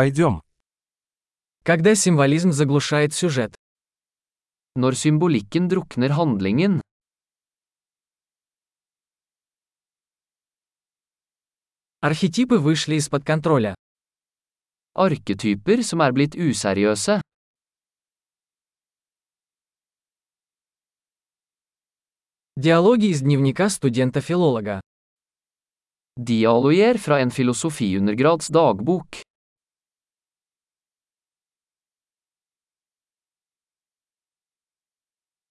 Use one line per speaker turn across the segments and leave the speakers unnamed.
Пойдем.
Когда символизм заглушает сюжет,
Når symbolikken drukner handlingen,
архетипы вышли из-под контроля.
arketyper som er blitt useriøse,
Диалоги из дневника студента-филолога.
dialoger fra en filosofiundergrads dagbok,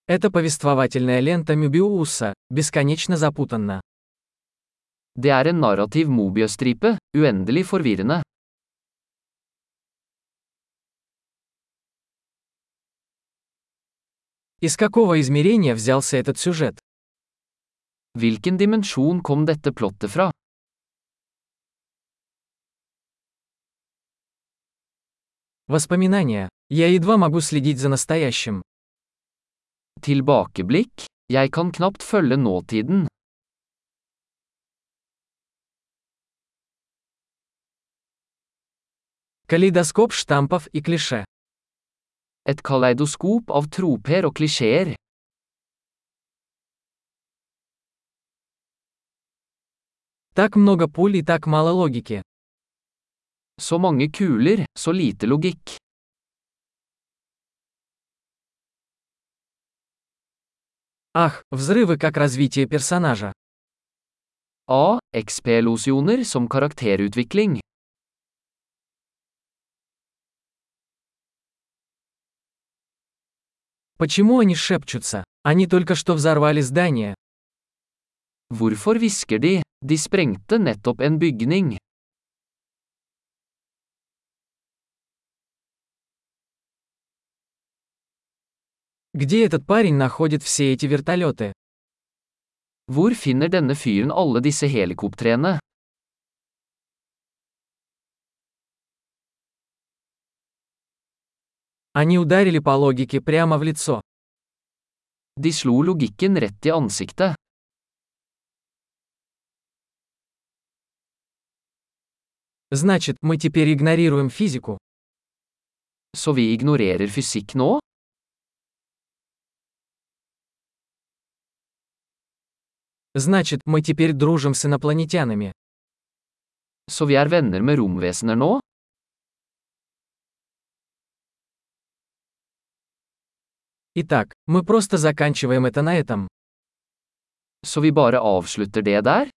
Это повествовательная лента Мюбиуса, бесконечно запутанна.
det er en narrativ Mobius-stripe, uendelig forvirrende,
Из какого измерения взялся этот сюжет?
hvilken dimensjon kom dette plottet fra,
Воспоминания. Я едва могу следить за настоящим.
tilbakeblikk, jeg kan knapt følge nåtiden,
Калейдоскоп штампов и клише.
et kaleidoskop av troper og klisjeer,
Так много пуль и так мало логики.
så mange kuler, så lite logikk,
Ах, взрывы как развитие персонажа.
a, XP-losjoner som karakterutvikling,
Почему они шепчутся? Они только что взорвали здание.
hvorfor hvisker de, de sprengte nettopp en bygning,
Где этот парень находит все эти вертолеты?
hvor finner denne fyren alle disse helikoptrene?
Они ударили по логике прямо в лицо.
De slo logikken rett i ansiktet.
Значит, мы теперь игнорируем физику.
Så vi ignorerer fysikk nå?
Значит, мы теперь дружим с инопланетянами.
Så vi er venner med romvesener nå?
Итак, мы просто заканчиваем это на этом.
Så vi bare avslutter det der?